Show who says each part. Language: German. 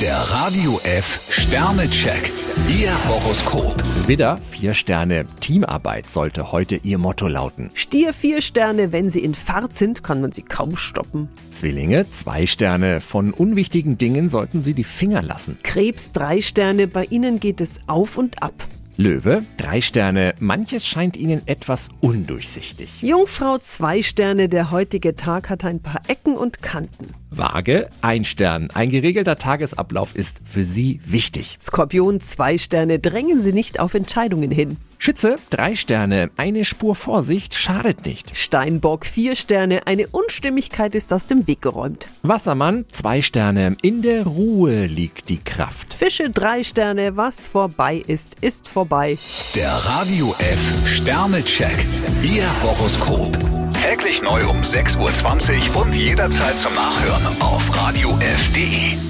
Speaker 1: Der Radio F Sternecheck. Ihr Horoskop.
Speaker 2: Widder, vier Sterne. Teamarbeit sollte heute Ihr Motto lauten.
Speaker 3: Stier vier Sterne, wenn sie in Fahrt sind, kann man sie kaum stoppen.
Speaker 2: Zwillinge, zwei Sterne. Von unwichtigen Dingen sollten Sie die Finger lassen.
Speaker 3: Krebs drei Sterne, bei ihnen geht es auf und ab.
Speaker 2: Löwe, drei Sterne. Manches scheint Ihnen etwas undurchsichtig.
Speaker 3: Jungfrau zwei Sterne, der heutige Tag hat ein paar Ecken und Kanten.
Speaker 2: Waage, ein Stern. Ein geregelter Tagesablauf ist für Sie wichtig.
Speaker 3: Skorpion zwei Sterne, drängen Sie nicht auf Entscheidungen hin.
Speaker 2: Schütze, drei Sterne. Eine Spur Vorsicht schadet nicht.
Speaker 3: Steinbock vier Sterne, eine Unstimmigkeit ist aus dem Weg geräumt.
Speaker 2: Wassermann, zwei Sterne. In der Ruhe liegt die Kraft.
Speaker 3: Fische drei Sterne, was vorbei ist, ist vorbei.
Speaker 1: Der Radio F Sternecheck. Ihr Horoskop. Täglich neu um 6.20 Uhr und jederzeit zum Nachhören auf Radio radiof.de.